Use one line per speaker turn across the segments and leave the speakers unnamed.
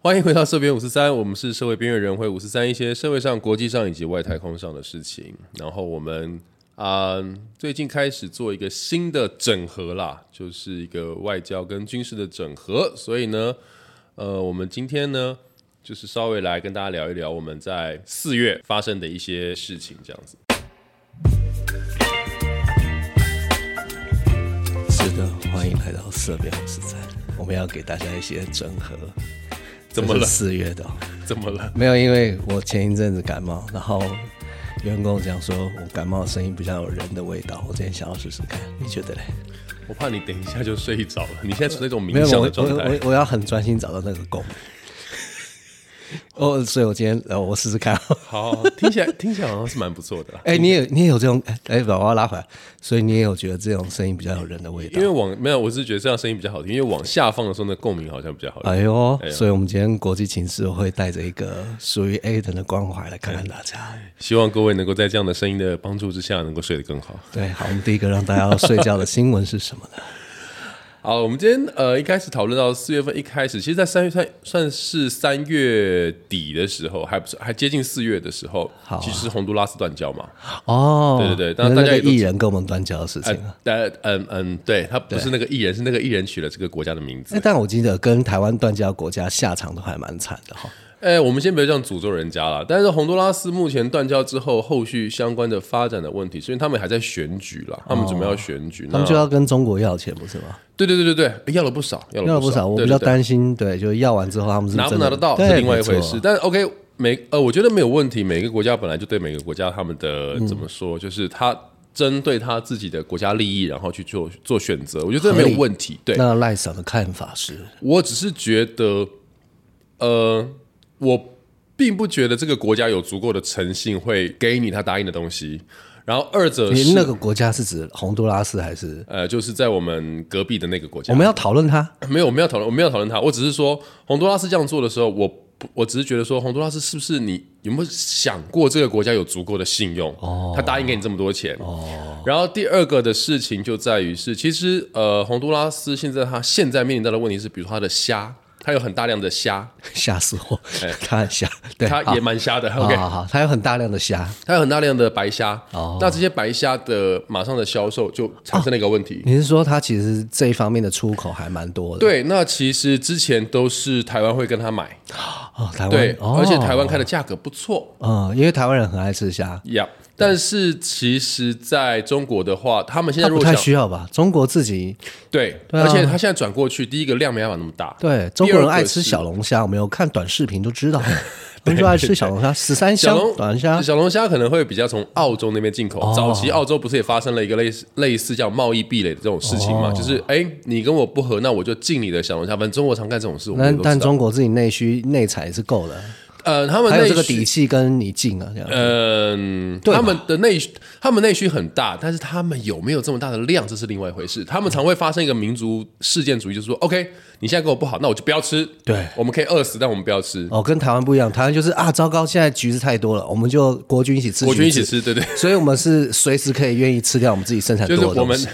欢迎回到社边五四三，我们是社会边缘人会五四三一些社会上、国际上以及外太空上的事情。然后我们啊、最近开始做一个新的整合啦，就是一个外交跟军事的整合。所以呢，呃，我们今天呢，就是稍微来跟大家聊一聊我们在四月发生的一些事情，这样子。
是的，欢迎来到色变五十三，我们要给大家一些整合。
怎么了
这是四月的哦、
怎么了？
没有，因为我前一阵子感冒，然后员工讲说我感冒的声音比较有人的味道，我今天想要试试看，你觉得嘞？
我怕你等一下就睡着了。你现在处在一种
没
冥
有，
想
我
的
我
状态
我。我要很专心找到那个功。 哦，所以我今天呃，我试试看。
好，听起来听起来好像是蛮不错的啦。
哎、你也你也有这种哎、哎，把我要拉回来，所以你也有觉得这种声音比较有人的味
因
道
为。往没有，我是觉得这样声音比较好听，因为往下放的时候，那共鸣好像比较好听。
哎呦，所以我们今天国际情势会带着一个属于 A 等的关怀来看看大家。
希望各位能够在这样的声音的帮助之下，能够睡得更好。
对，好，我们第一个让大家要睡觉的新闻是什么呢？
好，我们今天呃一开始讨论到四月份一开始，其实，在三月算算是三月底的时候，还不是还接近四月的时候，
好啊
其实是洪都拉斯断交嘛，
哦，
对对对当大
那
家
那
也
个
都
艺人跟我们断交的事情
呃
啊。
呃嗯嗯，对他不是那个艺人，是那个艺人取了这个国家的名字
哎，。但我记得跟台湾断交国家下场都还蛮惨的哈。
哎、我们先不要这样诅咒人家啦。但是洪都拉斯目前断交之后，后续相关的发展的问题，是因为他们还在选举啦，他们准备要选举，
他
那
们就要跟中国要钱，不是吗？
对对对对对，要了不少，要
要
了
了不少，我
对
比较
对对
担心，对，就是要完之后他们是
拿不
真的
拿得到
对
是另外一回
没
事
错。
但 OK，每呃，我觉得没有问题。每个国家本来就对每个国家他们的、怎么
嗯
说，就是他针对他自己的国家利益，然后去做做选择，我觉得这没有问题。对，
那赖嫂的看法是，
我只是觉得，呃，我并不觉得这个国家有足够的诚信会给你他答应的东西。然后二者
你
呃是、
那个国家是指洪都拉斯还是？
呃，就是在我们隔壁的那个国家
我，们要讨论它
没有，我没有讨论，我没有讨论他，我只是说洪都拉斯这样做的时候，我不我只是觉得说洪都拉斯是不是你有没有想过这个国家有足够的信用？哦，他答应给你这么多钱。哦，然后第二个的事情就在于是，其实呃，洪都拉斯现在他现在面临到的问题是，比如说他的虾，他有很大量的虾，
吓死我， 他很瞎，对，
哎他
好
也蛮虾的。
好
OK，
好好，他有很大量的虾。
他有很大量的白虾。
哦
那这些白虾的马上的销售就产生了一个问题。
你是说他其实这一方面的出口还蛮多的？
对，那其实之前都是台湾会跟他买，
哦，台湾，
对，
哦、
而且台湾开的价格不错，
嗯，因为台湾人很爱吃虾，
呀，但是其实在中国的话，他们现在
他
如
不
果
太
想
需要吧？中国自己
对，
对啊
而且他现在转过去，第一个量没办法那么大，
对啊中国人爱吃小龙虾，我们有看短视频都知道，他们就爱吃小龙虾，十三
小
香
龙
短哦虾。
小龙虾可能会比较从澳洲那边进口。早期澳洲不是也发生了一个类似类似叫贸易壁垒的这种事情
哦
嘛？就是哎，诶你跟我不合，那我就进你的小龙虾。反正中国常干这种事，我
那
们都
但
知道。
中国自己内需内采是够的，
呃，他们
还有这个
内需
底气跟你进啊，这样。
嗯，
对吧
他们的内需他们内需很大，但是他们有没有这么大的量，这是另外一回事。他们常会发生一个民族事件主义，就是说，OK，你现在跟我不好，那我就不要吃。
对
我们可以饿死，但我们不要吃。
哦，跟台湾不一样，台湾就是啊，糟糕，现在橘子太多了，我们就国军一起吃，
国军一起，吃，对对，
所以我们是随时可以愿意吃掉我 们自己生产
就
多
是
的
我
东
们
西。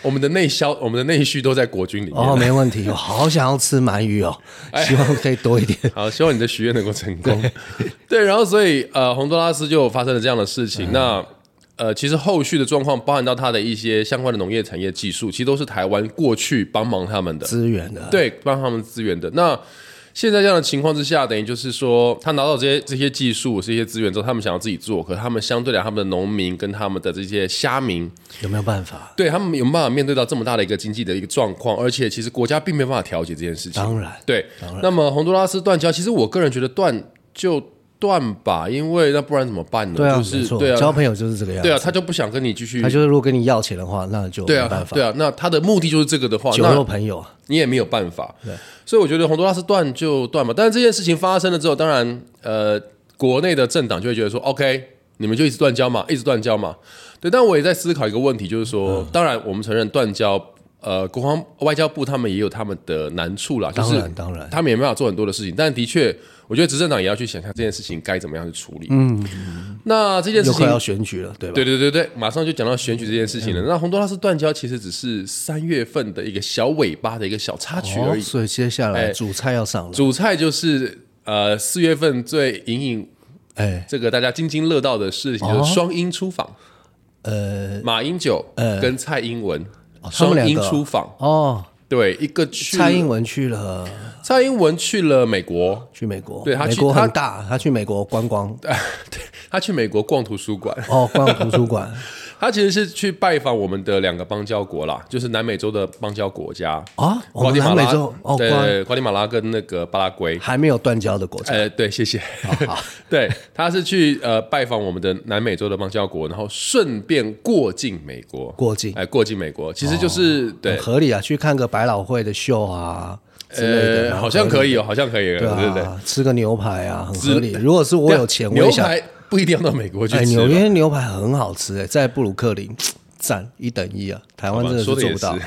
我们的内销，我们的内需都在国军里面。
哦，没问题，我好想要吃鳗鱼哦，
哎
希望可以多一点。
好，希望你的许愿能够成功。 对，然后所以呃，洪都拉斯就发生了这样的事
嗯
情。那呃，其实后续的状况包含到它的一些相关的农业产业技术，其实都是台湾过去帮忙他们的。
资源的，
对，帮他们资源的。那现在这样的情况之下，等于就是说，他拿到这些这些技术、这些资源之后，他们想要自己做，可他们相对来他们的农民跟他们的这些虾民，
有没有办法？
对他们有没有办法面对到这么大的一个经济的一个状况，而且其实国家并没有办法调节这件事情。
当然，
对，那么洪都拉斯断交，其实我个人觉得断就断吧，因为那不然怎么办呢？
对啊，
就
没
是
错
对
交
啊，
朋友就是这个样子。
对啊，他就不想跟你继续
他。就是如果跟你要钱的话，那就
对
没办
啊，
法。
对啊，那他的目的就是这个的话，
酒
那
肉朋友，
你也没有办法。所以我觉得洪都拉斯断就断嘛。但是这件事情发生了之后，当然，呃，国内的政党就会觉得说，OK，你们就一直
嗯
断交嘛，一直断交嘛。对，但我也在思考一个问题，就是说，当然我们承认断交呃，国防外交部他们也有他们的难处啦，就是
当然当然
他们也没办法做很多的事情，但的确，我觉得执政党也要去想象这件事情该怎么样去处理。嗯，那这件事
又快
情
要选举了，对吧？
对对对对，马上就讲到选举这件事
嗯
情了。那洪都拉斯断交其实只是三月份的一个小尾巴的一个小插曲而
哦，
已。
所以接下来
哎
主菜要上了，
主菜就是呃四月份最引引
哎，
这个大家津津乐道的事情，就是双英出访，
哦呃，
马英九跟蔡英文
哦他们
双
两
英
个
出访。
哦，
对，一个去
蔡英文去了
蔡英文去了美国，
去美国，
对他去
美国
他
很大，他去美国观光，
他去美国逛图书馆，
哦，逛图 书馆，
他其实是去拜访我们的两个邦交国啦，就是南美洲的邦交国家
啊
瓜
我们
地马
南美
拉
洲哦
对
瓜
对，瓜地马拉跟那个巴拉圭。
还没有断交的国家，
呃，对，谢谢。 对，他是去呃拜访我们的南美洲的邦交国，然后顺便过境美国，
过境
哎、过境美国，其实就是、对
很，合理啊，去看个百老汇的秀啊之类的，
呃，
蛮合理
好像可以哦，好像可以，
对
对对啊
啊，吃个牛排啊，很合理。如果是我有钱，我
牛
也想。
排不一定要到美国去
哎，
吃吧，
纽约牛排很好吃哎、在布鲁克林，赞一等一啊！台湾
好吧
真的是
说得
做
也
不到
是。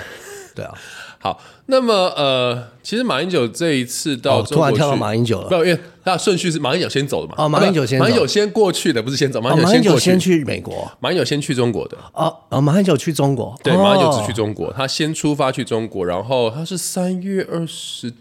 对啊，
好，那么呃，其实马英九这一次到
哦
中国去、
突然跳到马英九了
不，因为他的顺序是马英九先走的嘛。
哦马英九先走
马英九先过去的，不是先走，马
哦，
英九
马英
先
九
过去。
先去美国，
马英九先去中国的，
哦哦，马英九去中国，
对，
哦
马英九只去中国，他先出发去中国，然后他是三月二十，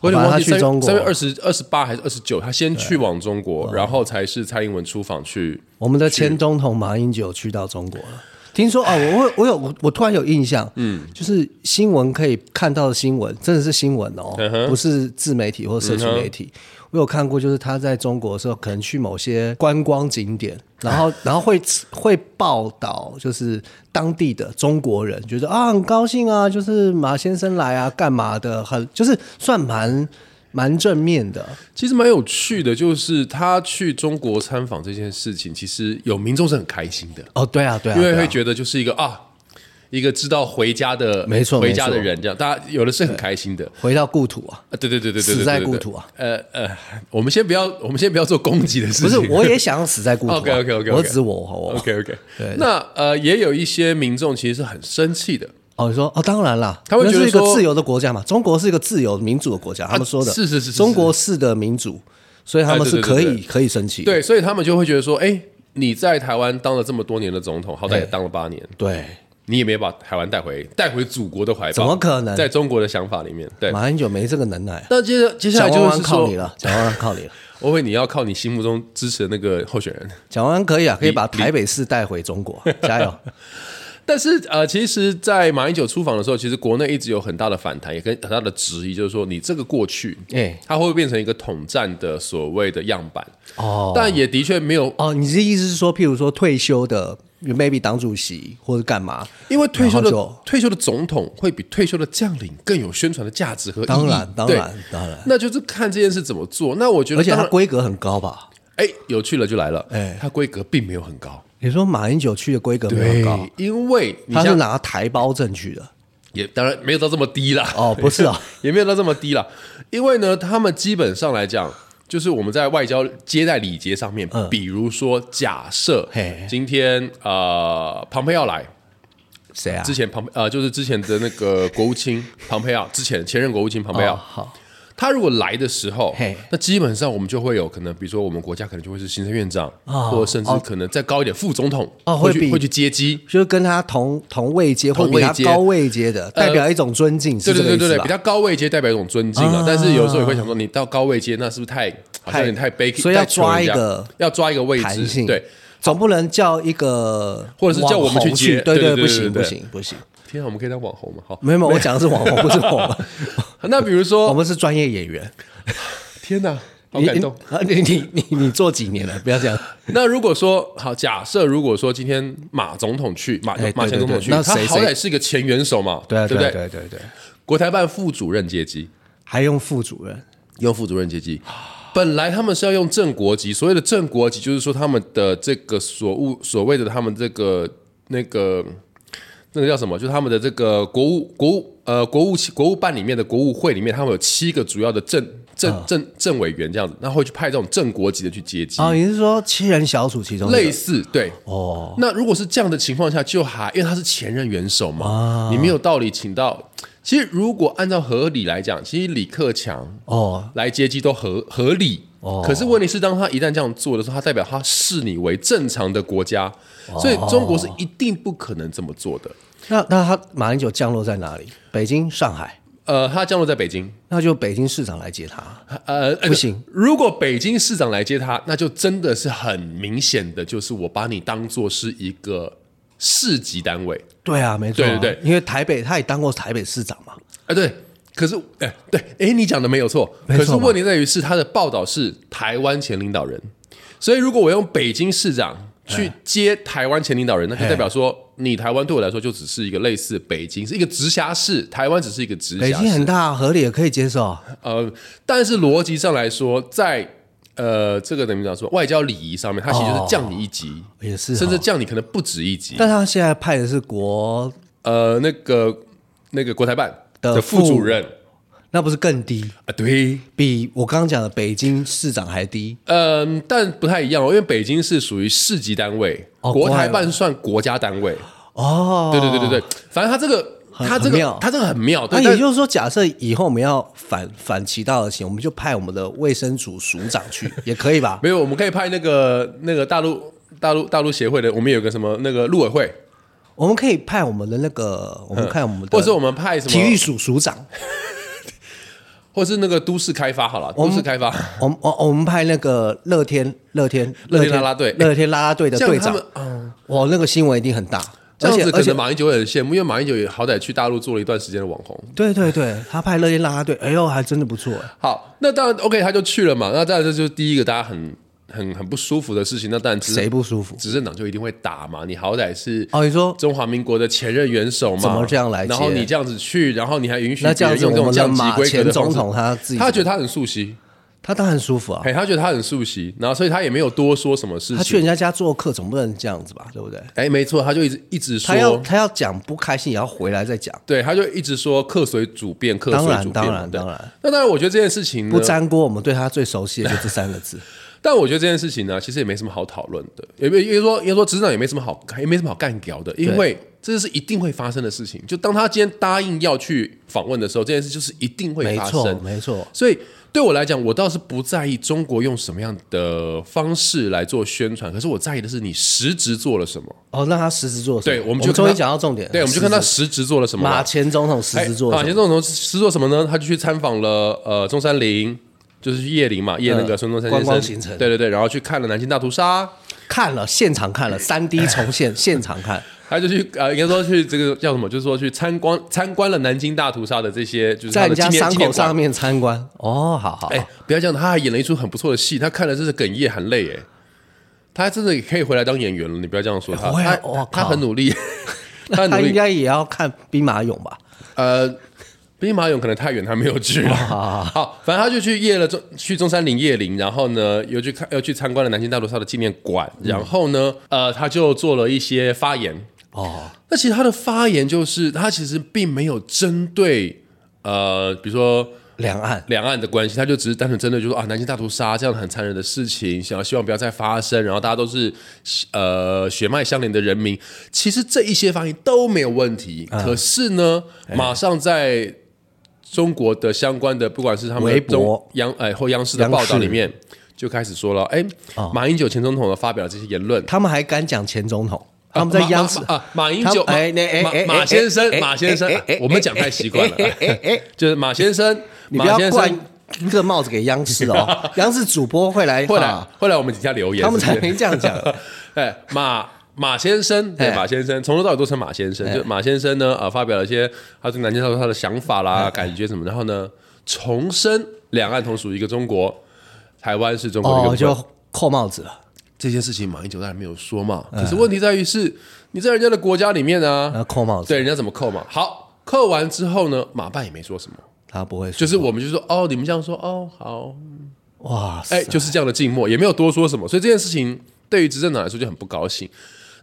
我有点
反正
忘
他
记
去中国
三月二十二十八还是二十九，他先去往中国，然后才是蔡英文出访去。
我们的前总统马英九去到中国了。听说哦，我我我有我我突然有印象，嗯，就是新闻可以看到的新闻，真的是新闻哦，不是自媒体或社群媒体。我有看过，就是他在中国的时候，可能去某些观光景点，然 后然后会会报道，就是当地的中国人觉得啊很高兴啊，就是马先生来啊，干嘛的，很就是算蛮蛮正面的，
其实蛮有趣的，就是他去中国参访这件事情，其实有民众是很开心的。
哦，对啊，对啊，
因为
对啊
会觉得就是一个啊，一个知道回家的，
没错
回家
没
的
错
人这样，大家有的是很开心的。
回到故土啊，
啊，对对对对对，对
死在
对对
故
对
土啊
呃呃，我们先不要，我们先不要做攻击的事情。
不是，我也想要死在故土 啊、
OK，OK，OK，OK
我指我我
OK OK。那呃，也有一些民众其实是很生气的，
哦，你说哦，当然啦，
他会觉得
那是一个
说
自由的国家嘛，中国是一个自由民主的国家，他们说的、
是是哎是是
中国式的民主，所以他们
哎
是
对对
可以、
对对
可以生气的，
对，所以他们就会觉得说，哎，你在台湾当了这么多年的总统，好歹也当了八年，
对
你也没把台湾带回带回祖国的怀抱，
怎么可能
在中国的想法里面，对。
马英九没这个能耐，
那接着接下
蒋
来就
万安
是
靠你
说，
了，蒋万安靠 你了，
欧会你要靠你心目中支持的那个候选人。
蒋万安可以啊，可以把台北市带回 中国，啊加油！
但是呃，其实，在马英九出访的时候，其实国内一直有很大的反弹，也跟很大的质疑，就是说你这个过去，
哎
它会不会变成一个统战的所谓的样板？
哦
但也的确没有，
哦，你的意思是说，譬如说退休的 maybe 党主席或者干嘛，
因为退休的
然后
退休的总统会比退休的将领更有宣传的价值和意义。
当然当
对
然当然，
那就是看这件事怎么做。那我觉得
而且
当
他
然，
规格很高吧？
哎，有趣了就来了，
哎
它规格并没有很高，
你说马英九去的规格没有很高，，
因为你
他是
像
拿台胞证去 的。
也当然没有到这么低啦，
哦，不是啊，
也没有到这么低啦。因为呢，他们基本上来讲，就是我们在外交接待礼节上面，比如说假设
嗯嘿
今天呃庞培要来，
谁啊
之？前庞呃就是之前的那个国务卿庞培奥，之前前任国务卿庞培
哦
奥，
好，
他如果来的时候
嘿，
那基本上我们就会有可能，比如说我们国家可能就会是行政院长，
哦
或者甚至可能再高一点副总统，
哦
会
会
去
比
会去接机。
就是跟他同同位阶或
同
比
位
他
阶
高位阶的，代表一种尊敬，
对
是这
对
个
对
意
对
思
对，
吧
比？较高位阶代表一种尊敬啊，但是有时候也会想说，你到高位阶，那是不是太好像有点太卑，
所以要
太求人
抓一
家
个
要抓一个位
弹
置，
性
对。，
总不能叫一个
或者是叫我们去接
网红对
对对对
不
对
行
对
不行不行，
天啊，我们可以当网红嘛？好，
没有没有，我讲的是网红，不是我 们，
那比如
我
说，
们是专业演员。
天哪，好
你啊
感动。
你你你你你做几年了？不要 这样，
那如果说好，假设如果说今天马总统去，马
哎对
马前总统去，
对
他
对那谁
好歹是一个前元首嘛，
对啊
不
对啊
对？
对对对，
国台办副主任阶级，
还用副主任
用副主任阶级。本来他们是要用正国级，所谓的正国级就是说他们的这个所务所谓的他们这个那个那个叫什么，就是他们的这个国务国务呃国务国务办里面的国务会里面，他们有七个主要的正
啊
政政政委员这样子，那会去派这种正国级的去接机，
哦，你是说七人小组其中一
嗯
个
类似对。
哦，
那如果是这样的情况下，就还因为他是前任元首嘛，
啊
你没有道理请到。其实如果按照合理来讲，其实李克强
哦，
来接机都合合理。
哦
可是问题是，当他一旦这样做的时候，他代表他视你为正常的国家，
哦
所以中国是一定不可能这么做的。
那那他马英九降落在哪里？北京、上海，
呃，他降落在北京，
那就北京市长来接他。
呃，呃
不行。
如果北京市长来接他，那就真的是很明显的，就是我把你当做是一个市级单位。
对啊，没错啊、
对对对
因为台北他也当过台北市长嘛。
啊，对。可是，哎，对，哎，你讲的没有错。
没
可
错
是
嘛
问题在于是他的报道是台湾前领导人，所以如果我用北京市长
哎
去接台湾前领导人，那就代表说你台湾对我来说就只是一个类似北京是一个直辖市，台湾只是一啊个直
北
辖
京
市。
很大，合理也可以接受。
呃，但是逻辑上来说，在呃这个等于讲说外交礼仪上面，它其实就是降你一级，
也哦是哦
甚至降你可能不止一级。
但他现在派的是国，
呃，那个那个国台办
的
的副
副
主任
那不是更低？
啊，对，
比我刚刚讲的北京市长还低。
嗯，但不太一样哦，因为北京是属于市级单位，
哦
国
国
台
台
办算国家单位。
哦，
对对对对对，反正他这个，
很
他这
很
个
妙，
他这个很妙。
那
对，
也
但
就是说，假设以后我们要反反其道而行，我们就派我们的卫生组署长去，也可以吧？
没有，我们可以派那个那个大陆大陆大陆协会的，我们有个什么那个陆委会，
我们可以派我们的那个，我们看我们的，
嗯或是我们派什么
体育，署署长，
或是那个都市开发好了，
嗯
都市开发。
我们我我们派那个乐天乐天
乐天啦啦队
乐天啦啦队的
这样
队
他
长
们，嗯
哇，那个新闻一定很大，
这
而
样
且
子可
而且
能马英九会很羡慕，因为马英九也好歹去大陆做了一段时间的网红。
对对对，他派乐天啦啦队，哎呦，还真的不错，
好，那当然 OK，他就去了嘛。那当然这就是第一个大家很很很不舒服的事情。那当然只是
谁不舒服？
执政党就一定会打嘛，你好歹是
哦，你说
中华民国的前任元首嘛，
怎么这样来接
然后你这样子去，然后你还允许
那这样子，
别人
我
用这种降
们的
级
马
规格
前
的
总
方式
统他自己，
他觉得他很熟悉，
他当然舒服啊，
哎，他觉得他很熟悉，然后所以他也没有多说什么事
他去
情。
人家家做客，总不能这样子吧，对不对？
哎，没错，他就一直一直
他要
说，
他要讲不开心，也要回来再讲。
对，他就一直说客随主便，客
当
随
然
主，便
当
嘛。
然，
对
当然，
那当然，我觉得这件事情呢
不，粘锅，我们对他最熟悉的就这三个字。
但我觉得这件事情呢，其实也没什么好讨论的，也没，因为说，因为说，执政党也没什么好，也没什么好干掉的，因为这是一定会发生的事情。就当他今天答应要去访问的时候，这件事就是一定 会
没
发
错，
生。
没错。
所以对我来讲，我倒是不在意中国用什么样的方式来做宣传，可是我在意的是你实质做了什么。
哦，那他实质做什么？
对我们就
终
看
于
他
讲到重点了。
对，我们就看
实
他
质
实质做了什么
马
嘛。
前总统实质做
哎马
什么
前？总统实质做什么呢？他就去参访了呃中山陵，就是去叶陵嘛，叶那个孙中山先生。
嗯观光行程
对对对，然后去看了南京大屠杀。
看了，现场看了，三 D 重现，现场看。
他就去呃，应该说去这个叫什么，就是说去参观参观了南京大屠杀的这些，就是
在
他的
人
纪
家
念
伤
纪念
口
馆
上。面参观。哦，好好，
哎，不要这样，他还演了一出很不错的戏，他看了真是哽咽含泪哎。他真的可以回来当演员了，你不要这样说他，
不会
他
啊我
他
靠
很努 力，他很努
他应
力。
该也要看兵马俑吧？
呃，兵马俑可能太远，他没有去了。好，反正他就去夜了中去中山陵夜陵，然后呢又去看又去参观了南京大屠杀的纪念馆，
嗯
然后呢呃他就做了一些发言，
哦，
那其实他的发言就是，他其实并没有针对呃，比如说
两岸
两岸的关系，他就只是单纯针对，就说啊，南京大屠杀这样很残忍的事情，想要希望不要再发生，然后大家都是呃血脉相连的人民，其实这一些发言都没有问题。
啊
可是呢，
哎
马上在中国的相关的，不管是他们
微
中
博
央哎或央视的
央
报道里
视哦
面，就开始说了，哎，马英九前总统的发表了这些言论，
他们还敢讲前总统？他们在央视
啊马啊马英九
他们哎，那哎
马
哎，
马
哎
先生
哎
马先生啊
哎哎哎
我们讲太习惯了
哎哎哎哎，
就是马先生，
你不要
马先生
冠这个帽子给央 视哦，央视主播会来
会来
啊
会来我们底下留言，
他们
是不是
才没这样讲。
哎，马马先生，对
哎
马先生，从头到尾都称马先生。就马先生呢，啊，发表了一些他对南京大屠杀的想法
哎
啦、感觉什么，然后呢，重申两岸同属一个中国，台湾是中国的一个部
哦，
分
就扣帽子了，
这件事情，马英九当然没有说嘛。
哎
可是问题在于是你在人家的国家里面啊
然，后呃扣帽子，
对人家怎么扣嘛。好，扣完之后呢，马办也没说什么。
他不会说，
就是我们就说哦，你们这样说哦，好，
哇塞，
哎，就是这样的静默，也没有多说什么，所以这件事情对于执政党来说就很不高兴。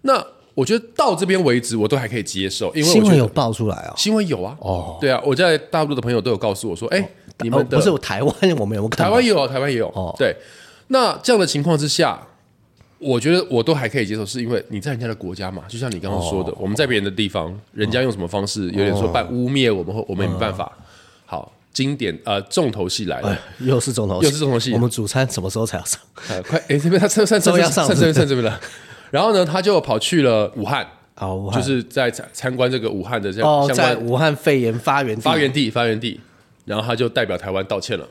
那我觉得到这边为止，我都还可以接受，因为我
新
觉
闻
得
有爆出来哦，
新闻有啊，
哦，
对啊，我在大陆的朋友都有告诉我说，哎，你们
哦
的
不是我台湾，我们有没有看
台
到？
湾也有，啊台湾也有。
哦
对，那这样的情况之下，我觉得我都还可以接受，是因为你在人家的国家嘛，就像你刚刚说
哦
的，我们在别人的地方，人家用什么方式，有点说半污蔑我们，或我们也没办法。好，经典呃重头戏来了，
嗯哎， 又是重头戏，
又是重头戏
我们主餐什么时候才要上？
呃快哎这边他趁趁趁
都要
趁
上
趁趁趁这边了，然后呢，他就跑去了武汉，
啊，武汉
就是在参参观这个武汉的这样
哦，
相
在
关
武汉肺炎发源地
发源地发源地，然后他就代表台湾道歉了。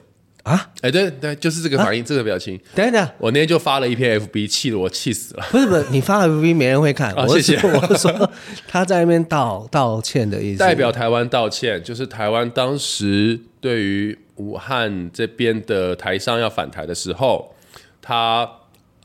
啊！
哎，对对，就是这个反应，这个表情。
等一下，
我那天就发了一篇 FB，气得我气死了。
不是不是，你发了 V 没人会看。
啊
我是
谢谢
说我是 说他在那边道道歉的意思，
代表台湾道歉，就是台湾当时对于武汉这边的台商要返台的时候，他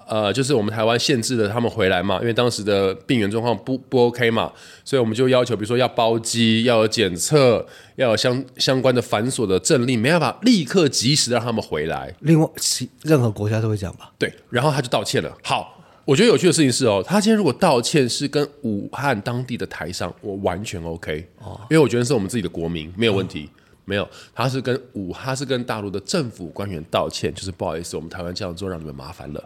呃，就是我们台湾限制了他们回来嘛，因为当时的病源状况不不 OK 嘛，所以我们就要求，比如说要包机，要有检测，要有相相关的繁琐的政令，没办法立刻及时让他们回来。
另外其任何国家都会讲吧？
对，然后他就道歉了。好，我觉得有趣的事情是哦，他今天如果道歉是跟武汉当地的台商，我完全 OK 哦，因为我觉得是我们自己的国民，没有问题。没有，他是跟武，他是跟大陆的政府官员道歉，就是不好意思，我们台湾这样做让你们麻烦了。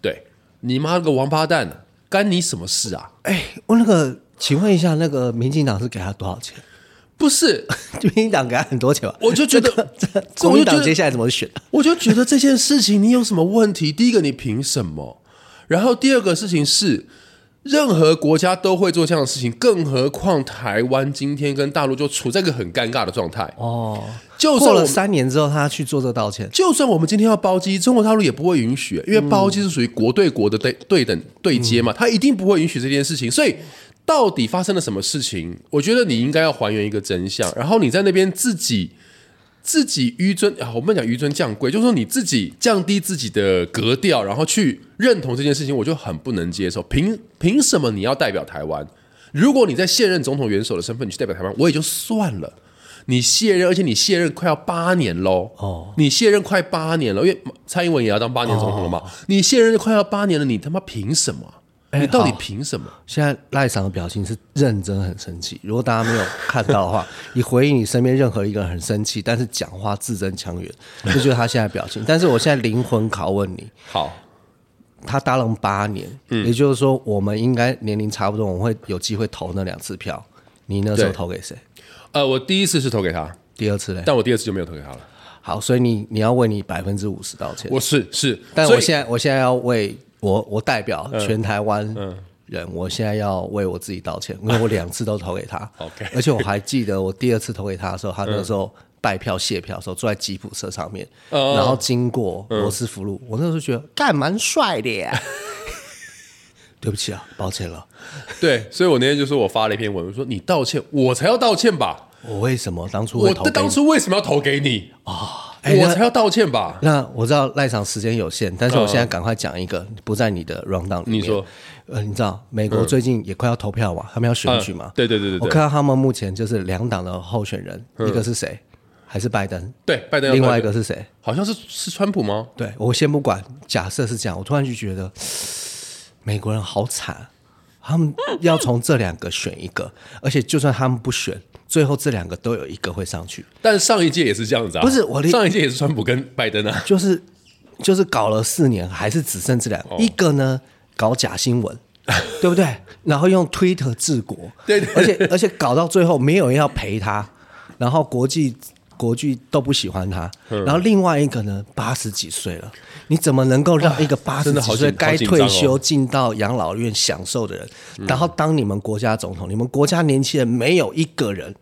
对你妈了个王八蛋，干你什么事啊？
哎，我那个，请问一下，那个民进党是给他多少钱？
不是，
民进党给他很多钱吧？
我就觉得
这
这
这
我就
国民党
觉得
接下来怎么选？
我就觉得这件事情你有什么问题？第一个，你凭什么？然后第二个事情是，任何国家都会做这样的事情，更何况台湾今天跟大陆就处在一个很尴尬的状态。
哦，
就算
过
我
了
们
三年之后，他去做这道歉，
就算我们今天要包机，中国大陆也不会允许，因为包机是属于国对国的对对等对接嘛，他一定不会允许这件事情。所以到底发生了什么事情？我觉得你应该要还原一个真相，然后你在那边自己自己纡尊啊，我们讲纡尊降贵，就是说你自己降低自己的格调，然后去认同这件事情，我就很不能接受。凭凭什么你要代表台湾？如果你在现任总统元首的身份你去代表台湾，我也就算了。你卸任，而且你卸任快要八年喽。
哦，
你卸任快八年了，因为蔡英文也要当八年总统了嘛。你卸任快要八年了，你他妈凭什么？
哦哎
你到底
好
凭什么？
现在赖赏的表情是认真很生气。如果大家没有看到的话，你回应你身边任何一个人很生气，但是讲话字正腔圆，这就是他现在的表情。但是我现在灵魂拷问你，
好，
他搭了八年，也就是说我们应该年龄差不多，我们会有机会投那两次票。你那时候
对
投给谁？
呃，我第一次是投给他，
第二次嘞？
但我第二次就没有投给他了。
好，所以你你要为你百分之五十道歉。
我是是，
但
所
我
以嗯
现在我现在要为我我代表全台湾人，我现在要为我自己道歉，因为我两次都投给他。
OK 嗯
而且我还记得我第二次投给他的时候，他那时候拜票谢票的时候坐在吉普车上面，
哦嗯
然后经过罗斯福路，我那时候觉得干蛮帅的耶。 对不起啊，抱歉了，
对，所以我那天就说我发了一篇文，我说你道歉，我才要道歉吧，
我为什么当初会
我
投
的
给
当
你？
初为什么要投给你？
哎
我
那
才要道歉吧。
那我知道赖场时间有限，但是我现在赶快讲一个不在你的 round down 里面。
嗯你说，
呃，你知道美国最近也快要投票嘛，他们要选举嘛
嗯？对对对对对
我看到他们目前就是两党的候选人，一个是谁？还是拜登？
对，拜登要
另外
投
一个是谁？
好像是是川普吗？
对我先不管，假设是这样，我突然就觉得美国人好惨，啊他们要从这两个选一个，而且就算他们不选，最后这两个都有一个会上去。
但上一届也是这样子啊，
不是我的
上一届也是川普跟拜登啊，
就是就是搞了四年，还是只剩这两个，
哦
一个呢搞假新闻，对不对？然后用 Twitter 治国，
对对对
而且而且搞到最后没有人要陪他，然后国际国际都不喜欢他，
嗯
然后另外一个呢八十几岁了，你怎么能够让一个八十
啊真的
几
好
岁
紧好
该
紧张
退
哦嗯
休进到养老院享受的人，然后当你们国家总统，你们国家年轻人没有一个人。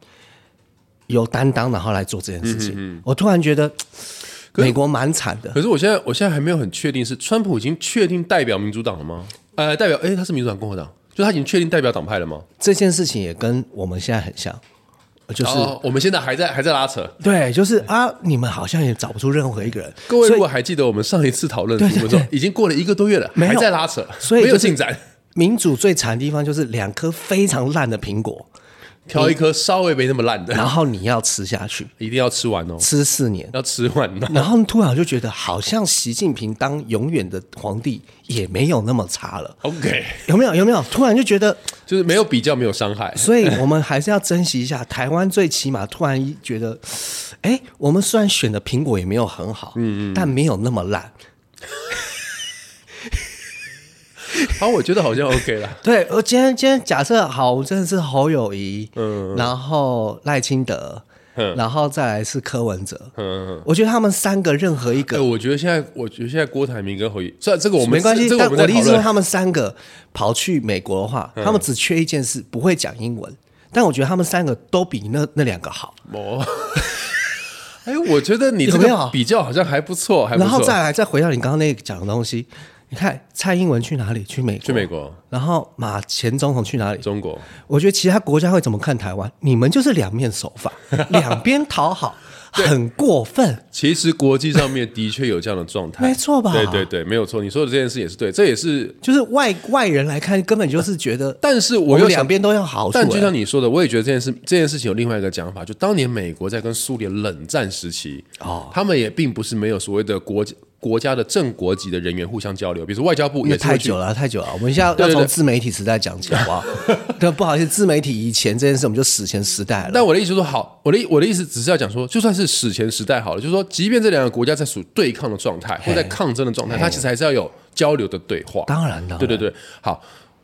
有担当，然后来做这件
嗯
事情，我突然觉得美国蛮惨的。
可是我现在我现在还没有很确定是川普已经确定代表民主党了吗？呃，代表哎，他是民主党共和党，就他已经确定代表党派了吗？
这件事情也跟我们现在很像，就是、
哦，我们现在还在还在拉扯。
对，就是啊，你们好像也找不出任何一个人，
各位
所
如
以
果还记得我们上一次讨论的时候，已经过了一个多月了，
没有
还在拉扯，
所以
没有
就是
进展。
民主最惨的地方就是两颗非常烂的苹果，
挑一颗稍微没那么烂的，
然后你要吃下去，
一定要吃完哦，
吃四年，
要吃完哦。
然后突然就觉得好像习近平当永远的皇帝也没有那么差了，
OK，
有没有？有没有？突然就觉 得，
就是没有比较，没有伤害。
所以我们还是要珍惜一下台湾，最起码突然一觉得，哎，我们虽然选的苹果也没有很好，嗯嗯，但没有那么烂。
好，我觉得好像 OK 了。
对，我今天今天假设好，我真的是侯友谊，嗯，然后赖清德，
嗯
然后再来是柯文哲，
嗯，
我觉得他们三个任何一
对，
个
哎我觉得现在，我觉得现在郭台铭跟侯友宜，虽然这个我们
没关系，
这个
但
我
我
们在
的意
讨
思是，
论。嗯
他们三个跑去美国的话，他们只缺一件事，不会讲英文。但我觉得他们三个都比那那两个好，
哦，哎，我觉得你这
有没有
个比较好像还不错，还不
然后
错。
再来再回到你刚刚那个讲的东西，你看蔡英文去哪里？去美国，
去美国、
然后马前总统去哪里？
中国，
我觉得其他国家会怎么看台湾？你们就是两面手 法，两边讨好，很过分。
其实国际上面的确有这样的状态，
没错吧
对对对，没有错。你说的这件事也是对，这也是。
就是外外人来看，根本就是觉得
但是
我
我
们
又
两
想，
边都要好处、
但就
欸
像你说的，我也觉得这件事这件事情有另外一个讲法，就当年美国在跟苏联冷战时期，
哦，
他们也并不是没有所谓的国国家的正国级的人员互相交流，比如说外交部
因
也
为
是会
太
去
久了，太久了，我们现在要
对对
从
对
自媒体时代讲起，好不 好？对，不好意思，自媒体以前这件事我们就史前时代了。
但我的意思说，好，我的我的意思只是要讲说，就算是史前时代好了，就是说，即便这两个国家在属对抗的状态或在抗争的状态，它其实还是要有交流的对话。
当然的，
对对对，好，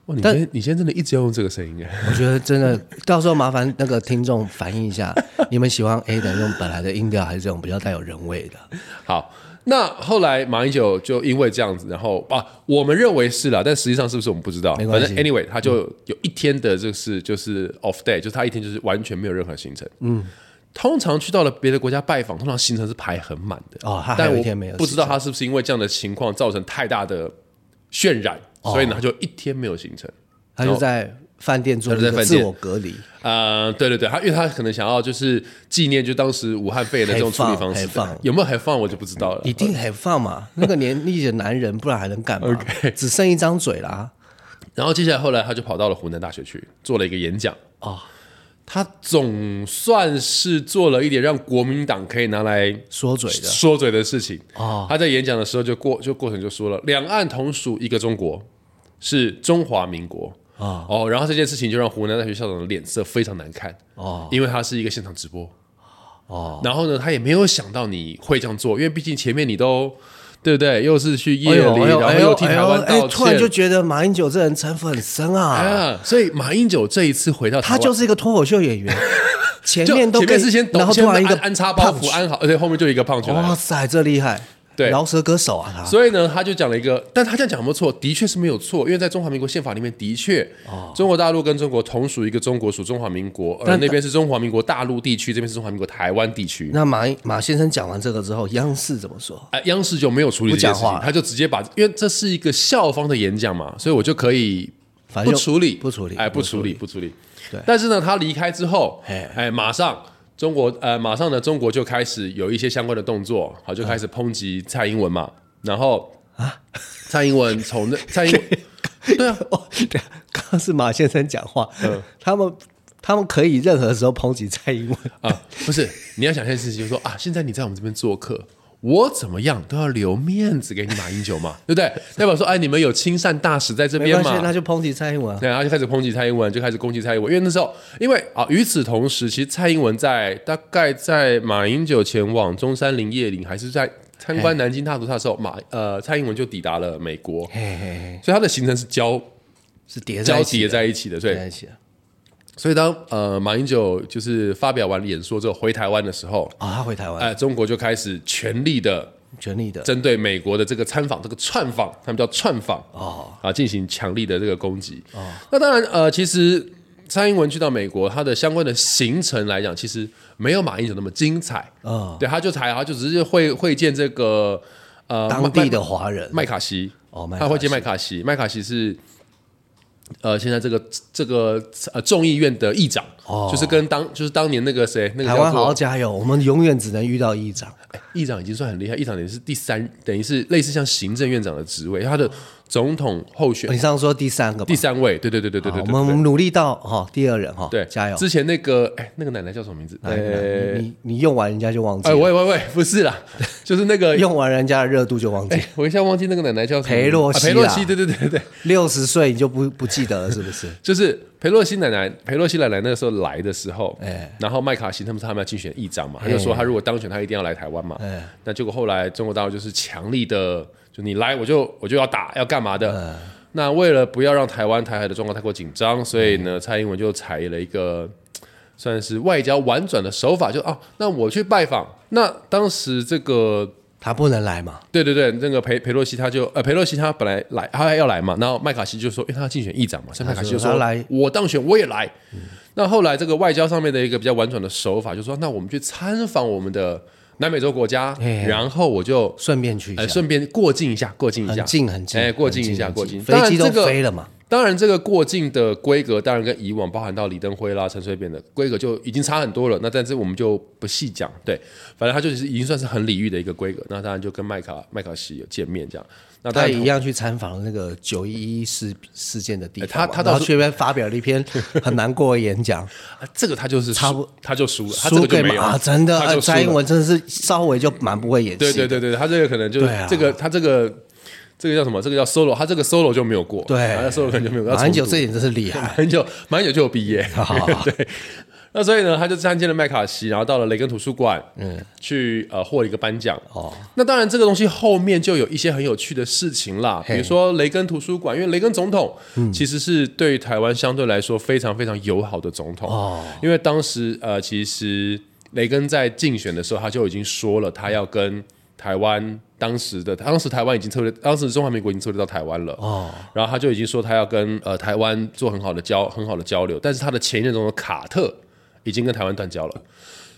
哇，你今天你今天真的一直要用这个声音哎，
我觉得真的，到时候麻烦那个听众反映一下， 你们喜欢 A 的用本来的音调，还是这种比较带有人味的？
好。那后来马英九就因为这样子，然后啊，我们认为是啦，但实际上是不是我们不知道。
没
反
关
正
系
anyway，他就有一天的就是就是 off day，就是他一天就是完全没有任何行程。嗯，通常去到了别的国家拜访，通常行程是排很满的。
哦，他还
但
有
我
一天没有，
不知道。他是不是因为这样的情况造成太大的渲染，所以呢，他就一天没有行程。
他就在饭店做
他就在
一个
饭
自
店
我隔离，
呃，对对对，他因为他可能想要就是纪念就当时武汉肺炎的这种处理方式
还放，
有没有还放我就不知道了
一。定很放嘛。 那个年纪的男人，不然还 能干嘛只剩一张嘴啊啦。
然后接下来后来他就跑到了湖南大学去做了一个演讲
哦，
他总算是做了一点让国民党可以拿来
说嘴的
说嘴的事情。
哦，
他在演讲的时候就过就过程就说了，两岸同属一个中国，是中华民国。
啊
哦，然后这件事情就让湖南大学校长的脸色非常难看
哦，
因为他是一个现场直播
哦，
然后呢，他也没有想到你会这样做，因为毕竟前面你都对不对，又是去夜
哎
里，
呦哎呦
然
哎
后
呦
又替台湾
哎呦
道
哎突然
歉
就觉得马英九这人城府很深啊，
啊，所以马英九这一次回到台
他
湾
就是一个脱口秀演员， 前
就
面都
前面
跟
是先抖
然后
先
突然一个
安安插包袱
punch 哦
安好，而呃且后面就一个胖球来了
哇塞，这厉害，
对
饶舌歌手啊他，
所以呢，他就讲了一个，但他这样讲有没有错？的确是没有错，因为在中华民国宪法里面，的确，中国大陆跟中国同属一个中国，属中华民国，而
哦但
那边是中华民国大陆地区，这边是中华民国台湾地区。
那马马先生讲完这个之后，央视怎么说？
哎，央视就没有处理这件事
不讲
情
话，
他就直接把，因为这是一个校方的演讲嘛，所以我就可以
反
不
啊正就
处理，
不处理，
哎，不处理，不处理。
对
但是呢，他离开之后，
嘿
哎，马上中国呃，马上呢，中国就开始有一些相关的动作，好，
嗯
就开始抨击蔡英文嘛，然后啊，蔡英文从 那蔡英文。对啊，
哦，对，刚刚是马先生讲话，
嗯
他们他们可以任何时候抨击蔡英文，
啊，不是，你要想一件事情，就是说啊，现在你在我们这边做客，我怎么样都要留面子给你马英九嘛，对不对？代表说，哎，你们有亲善大使在这
没
边
关系，那
嘛。
就抨击蔡英文啊。
对，然后就开始抨击蔡英文，就开始攻击蔡英文，因为那时候，因为啊，与此同时，其实蔡英文在大概在马英九前往中山陵、叶岭，还是在参观南京大屠杀的时候，马呃蔡英文就抵达了美国，
嘿嘿嘿，
所以他的行程是交
是叠在
交
一起
叠
的，
在一起的，所以
叠在一起哦的。
所以当呃马英九就是发表完演说之后回台湾的时候，
哦，他回台湾，
哎，中国就开始全力的
全力的。
针对美国的这个参访、这个串访，他们叫串访
哦，
啊，进行强力的这个攻击。哦，那当然，呃，其实蔡英文去到美国，他的相关的行程来讲，其实没有马英九那么精彩。
嗯，
对，他就才他就只是会会见这个呃
当地的
麦
华人，
麦卡锡，
哦，麦
他会
卡
见麦卡锡，麦卡锡是。呃，现在这个这个呃众议院的议长，
哦
就是跟当就是当年那个谁，那个
台
叫
湾好
做
好加油，我们永远只能遇到议长。
哎议长已经算很厉害，议长等于是第三，等于是类似像行政院长的职位，他的总统候选
哦你上次说第三个吧，
第三位，对对对对对
好
对
我
对，
们我们努力到哈第二人哈，
对
加油！
之前那个哎，那个奶奶叫什么名字？
来来
哎
你你用完人家就忘记
哎，
了，
喂喂喂，不是啦， 就是那个
用完人家的热度就忘记
哎
了，，
我一下忘记那个奶奶叫什么名字。
裴洛西
啊裴洛
啦
西，对对对对对，
六十岁你就不不记得了是不是？
就是裴洛西奶奶，裴洛西奶奶那个时候来的时候，
哎
然后麦卡锡他们他们要竞选议长嘛，他就说他如果当选，他一定要来台湾嘛。
哎
那结果后来中国大陆就是强力的，就你来我就我就要打，要干嘛的。
嗯
那为了不要让台湾台海的状况太过紧张，所以呢，蔡英文就采了一个算是外交婉转的手法，就哦，那我去拜访。那当时这个
他不能来嘛？
对对对，那个裴裴洛西他就呃，裴洛西他本来来，他要来嘛，然后麦卡锡就说，因为他要竞选议长嘛，所以麦卡锡就
他
说
说他来
我当选我也来。那后来这个外交上面的一个比较婉转的手法，就说那我们去参访我们的南美洲国家，
哎
然后我就
顺便去一
呃
下，
顺便过境一下，过境一下，
很近很近，
哎，过境
很
一下，
很
过境。
飞
当然
机
这
都
个
飞了嘛？
当然，这个过境的规格当然跟以往包含到李登辉啦、陈水扁的规格就已经差很多了。那但是我们就不细讲，对，反正他就是已经算是很礼遇的一个规格。那当然就跟麦卡麦卡锡有见面这样。那啊当
他
然
也一样去参访那个九一一事事件的地方嘛，
哎他他倒
然后
是
去那边发表了一篇很难过的演讲，
啊这个他就是
差
差
不
不他就输了，他这
输
个就
给
没有
马啊，真的，
他
呃
就输
蔡英
了。
文真的是稍微就蛮不会演戏，
对对对对，对他这个可能就是
对啊
这个他这个这个叫什么？这个叫 solo，他这个 solo 就没有过，
对
他的 solo 可能就没有过。要
马英九
重读
这一点真是厉害，
马英九马英九就有毕业， 对。那所以呢，他就参见了麦卡锡，然后到了雷根图书馆，嗯，去呃获了一个颁奖。
哦，
那当然，这个东西后面就有一些很有趣的事情啦，比如说雷根图书馆，因为雷根总统
嗯
其实是对于台湾相对来说非常非常友好的总统，
哦
因为当时呃，其实雷根在竞选的时候他就已经说了，他要跟台湾当时的当时台湾已经撤离，当时中华民国已经撤离到台湾了，
哦，
然后他就已经说他要跟呃台湾做很好的交很好的交流，但是他的前一任总统卡特已经跟台湾断交了。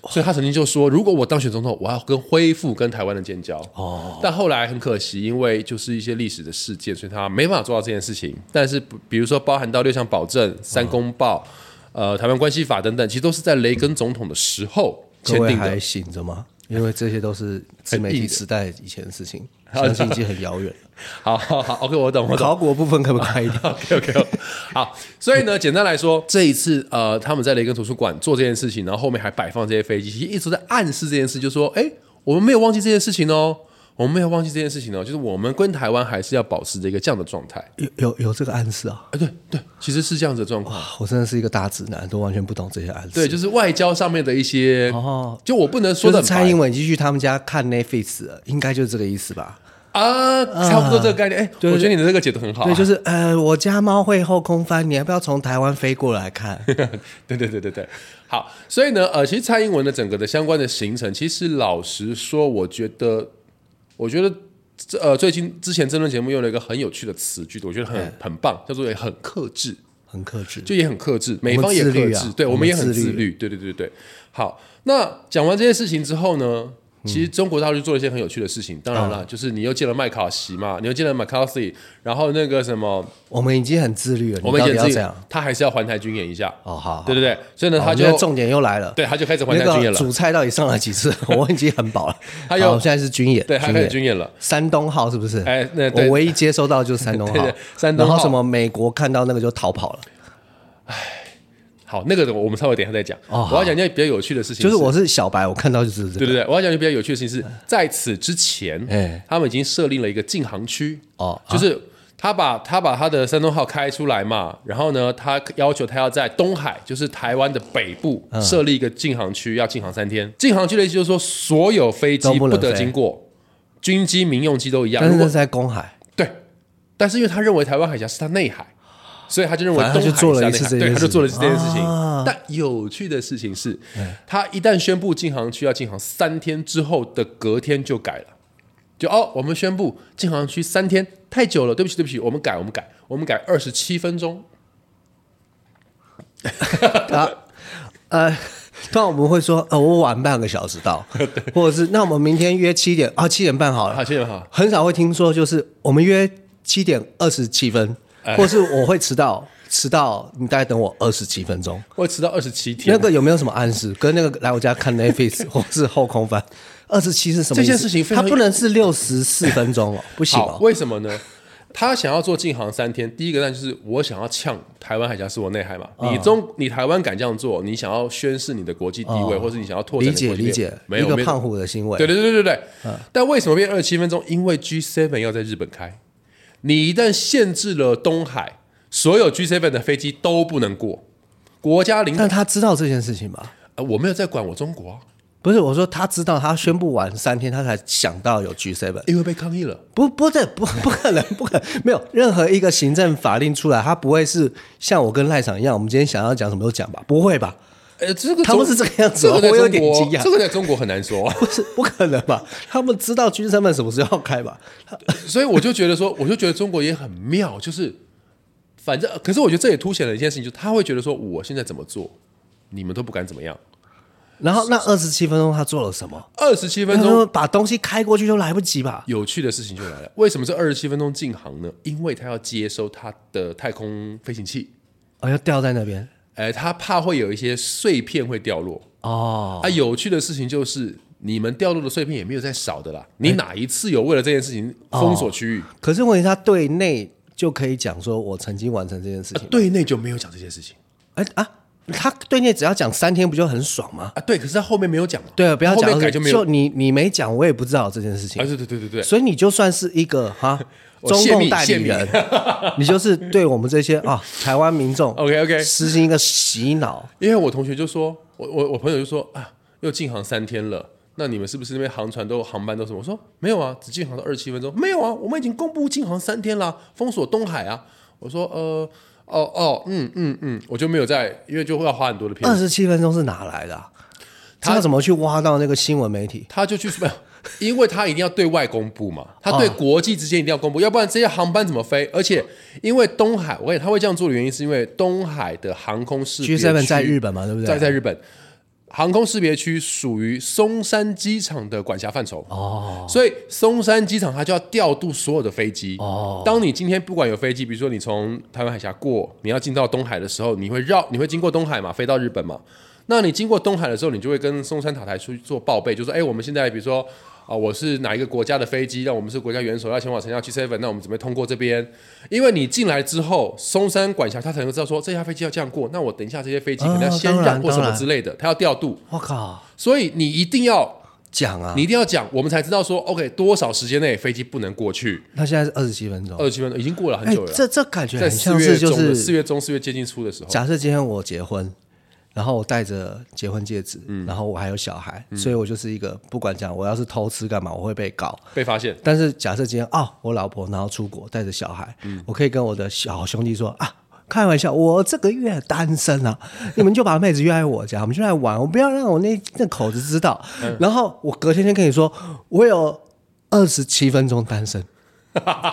所以他曾经就说，如果我当选总统，我要跟恢复跟台湾的建交。哦，但后来很可惜，因为就是一些历史的事件，所以他没办法做到这件事情。但是，比比如说包含到六项保证、三公报、呃台湾关系法等等，其实都是在雷根总统的时候
各
签
位
订的
还。醒着吗？因为这些都是自媒体时代以前的事情，
硬
相
的
信已经很遥远了。
好好好，OK，我懂，我懂。
考古部分可不 可以快一点？
OK OK，好，所以呢，简单来说，这一次呃，他们在雷根图书馆做这件事情，然后后面还摆放这些飞机，其实一直在暗示这件事，就说，哎，我们没有忘记这件事情哦，我们没有忘记这件事情哦，就是我们跟台湾还是要保持着一个这样的状态。
有有有这个暗示啊！
哎，对对，其实是这样子的状况。
啊我真的是一个大直男，都完全不懂这些暗示。
对，就是外交上面的一些，
哦
就我不能说
就
的
是蔡英文已经去他们家看 Netflix 了，应该就是这个意思吧？
啊，差不多这个概念。哎、
对
我觉得你的这个解读很好、啊。
对，就是呃，我家猫会后空翻，你要不要从台湾飞过来看？
对对对对对，好，所以呢，呃，其实蔡英文的整个的相关的行程，其实老实说，我觉得，我觉得，这呃，最近之前争论节目用了一个很有趣的词句，我觉得很、
嗯
很棒，叫做也很克制，
很克制，
就也很克制，美方也
自
克
律
制，
啊
对
我
我
们
们也很
自
自
律
律，对对对对。好，那讲完这些事情之后呢，
嗯
其实中国大陆就做了一些很有趣的事情，当然
啊
了，就是你又见了麦卡锡嘛，你又见了麦卡锡，然后那个什么，
我们已经很自律了，
我们
你
也
到底要
自己
这样？，
他还是要环台军演一下。
哦，好，
对对对，所以呢，
好
他
我
就
觉得重点又来了。
对，他就开始环
那
台军演了，
个主菜到底上来几次？ 我已经很饱了。
还有
好现在是军演，
对，他开始军演了。
山东号是不是？
哎那对
我唯一接收到就是山东
对
号
对，山东号
然后什么美国看到那个就逃跑了，
好，那个我们稍微等一下再讲。
哦
我要讲一件比较有趣的事情，
就是我是小白，我看到就是这
对
个
对对，我要讲一件比较有趣的事情是，在此之前，
哎
他们已经设立了一个禁航区，
哦，
就是他把他把他的山东号开出来嘛，然后呢，他要求他要在东海，就是台湾的北部
嗯
设立一个禁航区，要禁航三天。禁航区的意思就是说，所有飞
都
机
不能
不得
飞
经过，军机、民用机都一样。
但是
如
那
果
是在公海，
对，但是因为他认为台湾海峡是他内海，所以他就认为
反
东
正
海
他就做了
是他
一次
内海
这件
对，他
事
就做了这件事情。
啊哎
但有趣的事情是，他一旦宣布禁航区要禁航三天之后的隔天就改了，就哦，我们宣布禁航区三天太久了，对不起，对不起，我们改，我们改，我们改二十七分钟。
呃。那我们会说，呃，我晚半个小时 到，或者是那我们明天约七点啊，七点半好了。
好，谢谢好。
很少会听说，就是我们约七点二十七分，
哎
或是我会迟到，迟到你大概等我二十七分钟。
我迟到二十七天
那，个有没有什么暗示？跟那个来我家看 Netflix 或是后空翻，二十七是什么意思？
这件事情非
它
常
不能是六十四分钟哦，不行
好，
哦。
为什么呢？他想要做禁航三天，第一个呢就是我想要呛台湾海峡是我内海嘛，
啊
你中你台湾敢这样做，你想要宣示你的国际地位，
哦
或是你想要拓展
理
你的
解
国际
理
地位
解，
没
一
有
个啊
没有
胖虎的行为，
对对对对对对。但为什么变二十七分钟？因为 G Seven 要在日本开，你一旦限制了东海，所有 G Seven 的飞机都不能过。国家领导、
但他知道这件事情吧？
呃我没有在管我中国啊，
不是，我说他知道，他宣布完三天，他才想到有 G seven。
因为被抗议了。
不，不对，不，不可能， 不可能，没有任何一个行政法令出来，他不会是像我跟赖场一样，我们今天想要讲什么都讲吧？不会吧？
呃，这个
他们
中
是这个样子
这个
哦
在
我有
中
点
国
惊，讶
这个在中国很难说啊、
不是，不可能吧？他们知道 G seven 什么时候要开吧？
所以我就觉得说， 我就觉得中国也很妙，就是反正，可是我觉得这也凸显了一件事情，就是他会觉得说，我现在怎么做，你们都不敢怎么样。
然后那二十七分钟他做了什么？
二十七分
他
钟
说把东西开过去都来不及吧？
有趣的事情就来了，为什么是二十七分钟禁航呢？因为他要接收他的太空飞行器，
哦，要掉在那边
哎，他怕会有一些碎片会掉落。
哦，
啊，有趣的事情就是，你们掉落的碎片也没有再少的啦。你哪一次有为了这件事情封锁区域？
可是问题他对内就可以讲说，我曾经完成这件事
啊
情。
对内就没有讲这件事情
哎啊，他对内只要讲三天不就很爽吗？
啊，对，可是他后面没有讲嘛。
对啊，不要
后
讲
面改就没有
就你你没讲，我也不知道这件事情
啊，，对对对对对，
所以你就算是一个哈
我
中
泄密
共代理人， 你就是对我们这些啊台湾民众
OK，OK
实行一个洗脑。
因为我同学就说，我我我朋友就说啊，又禁航三天了。那你们是不是那边航船都航班都什么？我说没有啊，只禁航到二十七分钟。没有啊，我们已经公布禁航三天啦，封锁东海啊。我说呃，哦哦，嗯嗯嗯，我就没有在，因为就会要花很多的篇
二。十七分钟是哪来的、啊？
他
他怎么去挖到那个新闻媒体？
他就去， 没有因为他一定要对外公布
嗯
嘛，他对国际之间一定要公布，要不然这些航班怎么飞？而且因为东海，我跟你讲他会这样做的原因是因为东海的航空识别
G seven 在
区
日本嘛，对不对？
在在日本，航空识别区属于松山机场的管辖范畴哦，所以松山机场它就要调度所有的飞机哦。当你今天不管有飞机，比如说你从台湾海峡过，你要进到东海的时候，你会绕，你会经过东海嘛，飞到日本嘛。那你经过东海的时候，你就会跟松山塔台去做报备，就说：哎，我们现在比如说啊、我是哪一个国家的飞机？那我们是国家元首要前往城下 G seven，那我们准备通过这边。因为你进来之后，松山管辖他才能知道说这架飞机要这样过，那我等一下这些飞机可能要
哦
先
当然
让或什
当
么
然
之类的，他要调度，
我靠，
所以你一定要
讲啊！
你一定要讲，我们才知道说 OK 多少时间内飞机不能过去。
他现在是二十七分钟，
二十七分钟已经过了哦很
哎
久，了，
这这感觉
在
很
四
像
月
是
中
就
的
是
四月中四月接近初的时候，
假设今天我结婚，然后我戴着结婚戒指，
嗯
然后我还有小孩，所以我就是一个不管讲我要是偷吃干嘛，我会被告。
被发现
但是假设今天哦，我老婆然后出国带着小孩，
嗯
我可以跟我的小兄弟说啊。开玩笑，我这个月单 身啊，你们就把妹子约来我家，我们就来玩，我不要让我那那口子知道。
嗯
然后我隔天就跟你说，我有二十七分钟单身，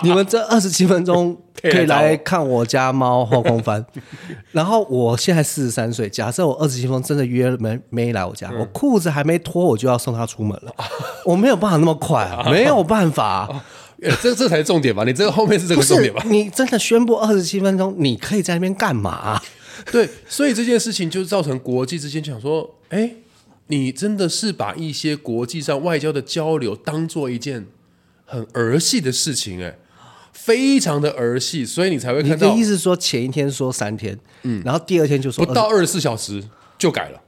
你们这二十七分钟
可以来
可以
找我
来看我家猫后空翻。 然后我现在四十三岁，假设我二十七分钟真的约没没来我家，
嗯
我裤子还没脱，我就要送她出门 了，我没有办法那么快啊，没有办法啊、
哎这这才是重点吧？你这个后面是这
不
个重点
是
吧？
你真的宣布二十七分钟，你可以在那边干嘛、
对，所以这件事情就造成国际之间就想说，哎，你真的是把一些国际上外交的交流当做一件很儿戏的事情，哎，非常的儿戏，所以你才会
你
看
的
到
意思是说前一天说三天，嗯，然后第二天就说
不，到二十四小时就改了。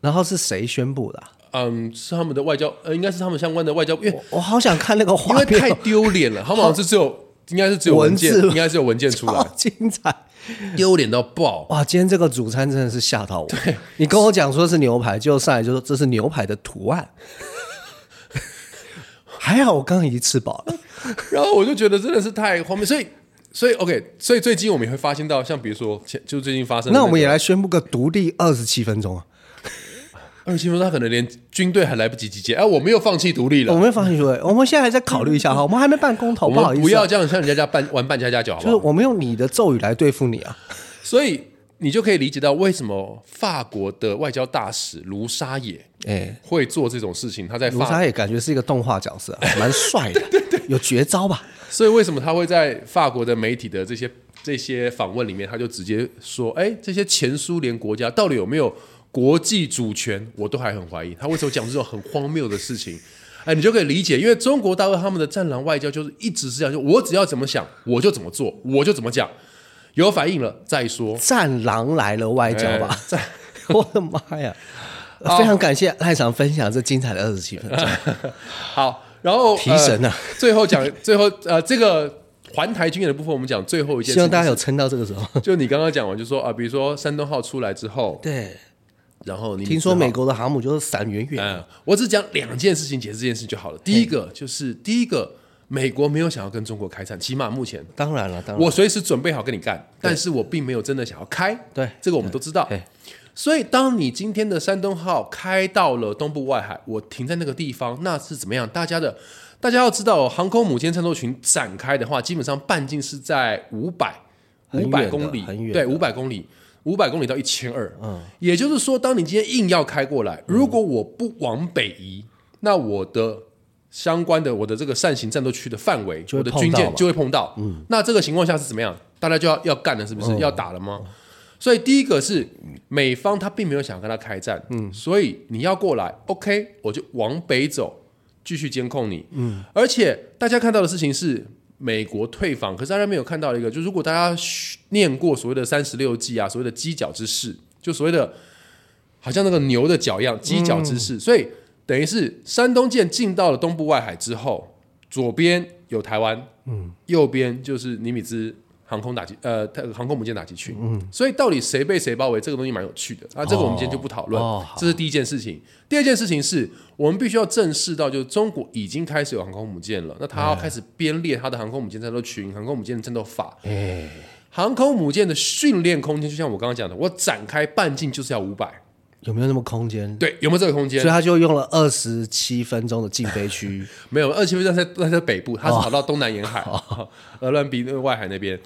然后是谁宣布的啊、
嗯，是他们的外交，呃，应该是他们相关的外交，因为
我好想看那个
因
画
为
面
太
哦，
丢脸了，他们好像是只有应该是只有
文
文件，
字
应该是有文件出
好
来，
精彩。
丢脸到爆。
哇，今天这个主餐真的是吓到我。你跟我讲说是牛排，就上来就说这是牛排的图案。 还好我刚刚已经吃饱了。
然后我就觉得真的是太荒谬，所以所以 OK，所以最近我们也会发现到，像比如说前就最近发生的、
那我们也
来
来宣布个独立二十七分钟啊！
二十七分钟，他可能连军队还来不及集结，哎、我们又放弃独立
我
了，
们放心 说，我们现在还在考虑一下哈，我们还没办公投，
我
哦不好意
们不
思、啊
要，这样像人家家半玩扮家家酒，好不
就
好？
是我们用你的咒语来对付你啊！
所以你就可以理解到为什么法国的外交大使卢沙野
哎，
会做这种事情，他在
卢
法
沙也感觉是一个动画角色 啊，蛮帅的，有绝招吧？
所以为什么他会在法国的媒体的这些这些访问里面，他就直接说：“哎，这些前苏联国家到底有没有国际主权，我都还很怀疑。”他为什么讲这种很荒谬的事情？ 哎，你就可以理解，因为中国大陆他们的战狼外交就是一直是这样，就我只要怎么想，我就怎么做，我就怎么讲，有反应了再说。
战狼来了外交吧，战，哎 我的妈呀！非常感谢赖场分享这精彩的二十七分钟，
好，然后
提神啊
呃 最后讲，最后呃，这个环台军演的部分，我们讲最后一件事
希望
情，
大家有撑到这个时候。
就你刚刚讲完，就说啊、比如说山东号出来之后，
对，
然后你
听说美
美。
国的航母就是闪远远，
嗯，我只讲两件事情解释这件事就好了。第一个就是第一个，美国没有想要跟中国开战，起码目前
当然了，当然，
我随时准备好跟你干，但是我并没有真的想要开。
对
这个我们都知道
对对。
所以，当你今天的山东号开到了东部外海，我停在那个地方，那是怎么样？大家的，大家要知道哦，航空母舰战斗群展开的话，基本上半径是在五百
很
五
远
百
的
公里
很，远
对，
的
五百公里，五百公里到一千二。嗯，也就是说，当你今天硬要开过来，如果我不往北移，那我的相关的我的这个扇形战斗区的范围，
就
我
会
的
碰
军
到
舰
嘛
就会碰到。嗯，那这个情况下是怎么样？大家就要要干了，是不是？
嗯
要打了吗？所以第一个是美方他并没有想跟他开战，嗯，所以你要过来，OK，我就往北走，继续监控你，嗯，而且大家看到的事情是美国退防，可是大家没有看到一个，就如果大家嘘念过所谓的三十六计啊，所谓的犄角之势，就所谓的好像那个牛的脚一样，犄角之
嗯
势，所以等于是山东舰进到了东部外海之后，左边有台湾，嗯，右边就是尼米兹航空打击呃太航空母舰打击群，嗯，所以到底谁被谁包围，这个东西蛮有趣的啊，这个我们今天就不讨论，
哦好
这是第一件事情。第二件事情是我们必须要正视到，就是中国已经开始有航空母舰了，那它要开始编列它的航空母舰战斗群、航空母舰战斗法。
哎
航空母舰的训练空间，就像我刚刚讲的，我展开半径就是要五百，
有没有那么空间？
对，有没有这个空间
所以？他就用了二十七分钟的禁飞 区，
没有，二七分站在在在北部，它是跑到东南沿海，
哦
鹅銮鼻那个外海那边。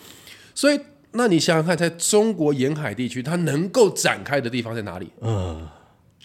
所以，那你想想看，在中国沿海地区，它能够展开的地方在哪里？
嗯，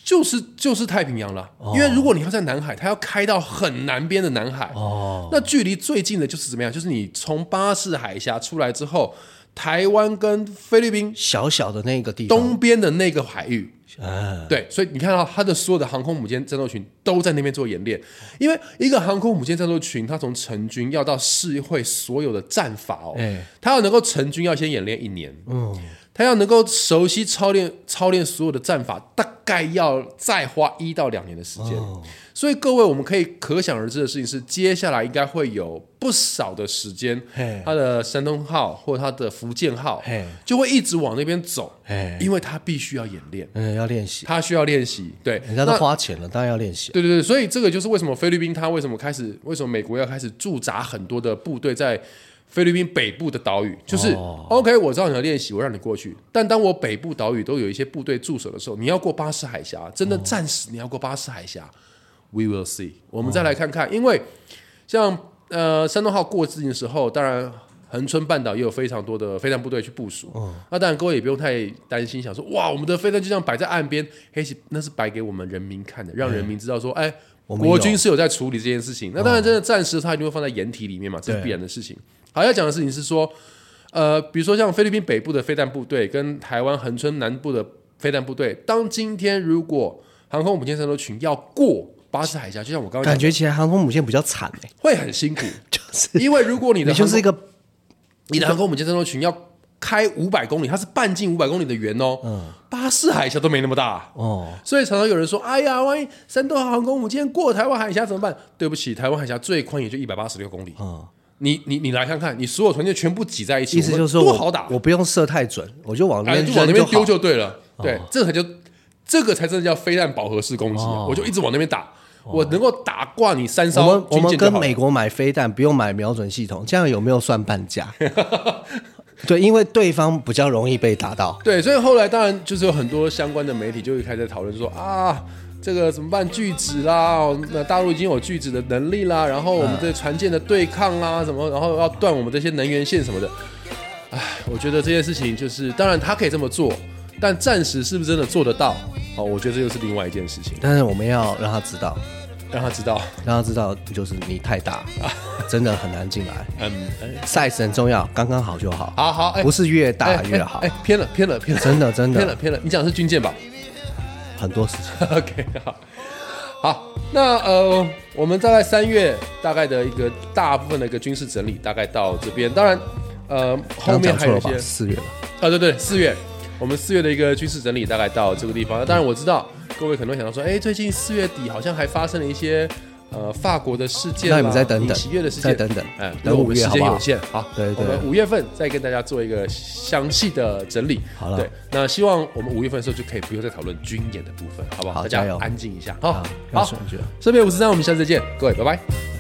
就是就是太平洋了。因为如果你要在南海，它要开到很南边的南海，
哦，
那距离最近的就是怎么样？就是你从巴士海峡出来之后，台湾跟菲律宾
小小的那个地方，
东边的那个海域，
啊，
对，所以你看到它的所有的航空母舰战斗群都在那边做演练，因为一个航空母舰战斗群，它从成军要到试会所有的战法哦，
哎
它要能够成军要先演练一年，
嗯，
它要能够熟悉操练操练所有的战法，大概要再花一到两年的时间。
哦
所以各位，我们可以可想而知的事情是，接下来应该会有不少的时间
嘿，
它的山东号或它的福建号
嘿
就会一直往那边走，
哎，
因为它必须要演练。
嗯，要练习，
他需要练习，对，
人家都
那
花钱了，当然要练习，
对对对，所以这个就是为什么菲律宾他为什么开始，为什么美国要开始驻扎很多的部队在菲律宾北部的岛屿，就是、OK，我知道你要练习，我让你过去，但当我北部岛屿都有一些部队驻守的时候，你要过巴士海峡，真的暂时你要过巴士海峡、w e will see，我们
哦
再来看看，因为像呃山东号过境的时候，当然。恒春半岛也有非常多的飞弹部队去部署，
哦
那当然各位也不用太担心，想说哇，我们的飞弹就这样摆在岸边，黑旗那是摆给我们人民看的，让人民知道说，哎、
我们有哦
国军是有在处理这件事情。那当然，真的暂时它一定会放在掩体里面嘛，这是
对
必然的事情。好，要讲的事情是说，呃，比如说像菲律宾北部的飞弹部队跟台湾恒春南部的飞弹部队，当今天如果航空母舰战斗群要过巴士海峡，就像我刚刚讲
感
的，
觉起来航空母舰比较惨哎，
会很辛苦，
就是
因为如果你的
你就是一
航空
个
你的航空母舰战斗群要开五百公里，它是半径五百公里的圆哦，巴士海峡都没那么大。
哦，
所以常常有人说：“哎呀，万一山东航空母舰过台湾海峡怎么办？”对不起，台湾海峡最宽也就一百八十六公里。
嗯
你你你来看看，你所有船舰全部挤在一起，
意思就是说
我
我
们多好打，
我不用射太准，我就往那
哎，
边
就往那
扔
边
好
丢
哦
就对了。对，这个才叫这个才真的叫飞弹饱和式攻击啊、
哦
我就一直往那边打，我能够打挂你三
我
艘
们我
军
们
舰就
跟
好了
美国买飞弹不用买瞄准系统，这样有没有算 半价？对，因为对方比较容易被打到。
对，所以后来当然就是有很多相关的媒体就会开始讨论说啊，这个怎么办拒止啦？哦那大陆已经有拒止的能力啦，然后我
嗯
们对船舰的对抗啦，什么，然后要断我们这些能源线什么的。唉，我觉得这件事情就是，当然他可以这么做，但暂时是不是真的做得到？哦，我觉得这又是另外一件事情，
但是我们要让他知道，
让他知道，
让他知道就是你太 大，真的很难进来。
嗯，哎
size 很重要，刚刚好就好，
好好，哎，
不是越
哎
大越好
哎，哎，偏了，偏了，偏了，
真的真的
哎偏了，偏了，你讲的是军舰吧？
很多事情。
OK，好，好，那呃，我们大概三月大概的一个大部分的一个军事整理，大概到这边。当然，呃， 后
刚
面
讲
还
错
有一
了吧
些？
四月了，
啊，对对，四月，我们四月的一个军事整理大概到这个地方。那当然我知道各位可能会想到说，哎，最近四月底好像还发生了一些呃法国的事件啦，
那你们再等等
尹锡悦的事件，
再等等，
哎，因为
等
我
五
们
月
时
好
间
不
有
好？
限，好，
对对
我们五月份再跟大家做一个详细的整理。
好了
对，那希望我们五月份的时候就可以不用再讨论军演的部分，好不好？
好
大家
加油
安静一下，好，
要
好
选，举了
这边五十三，我们下次再见，各位，拜拜。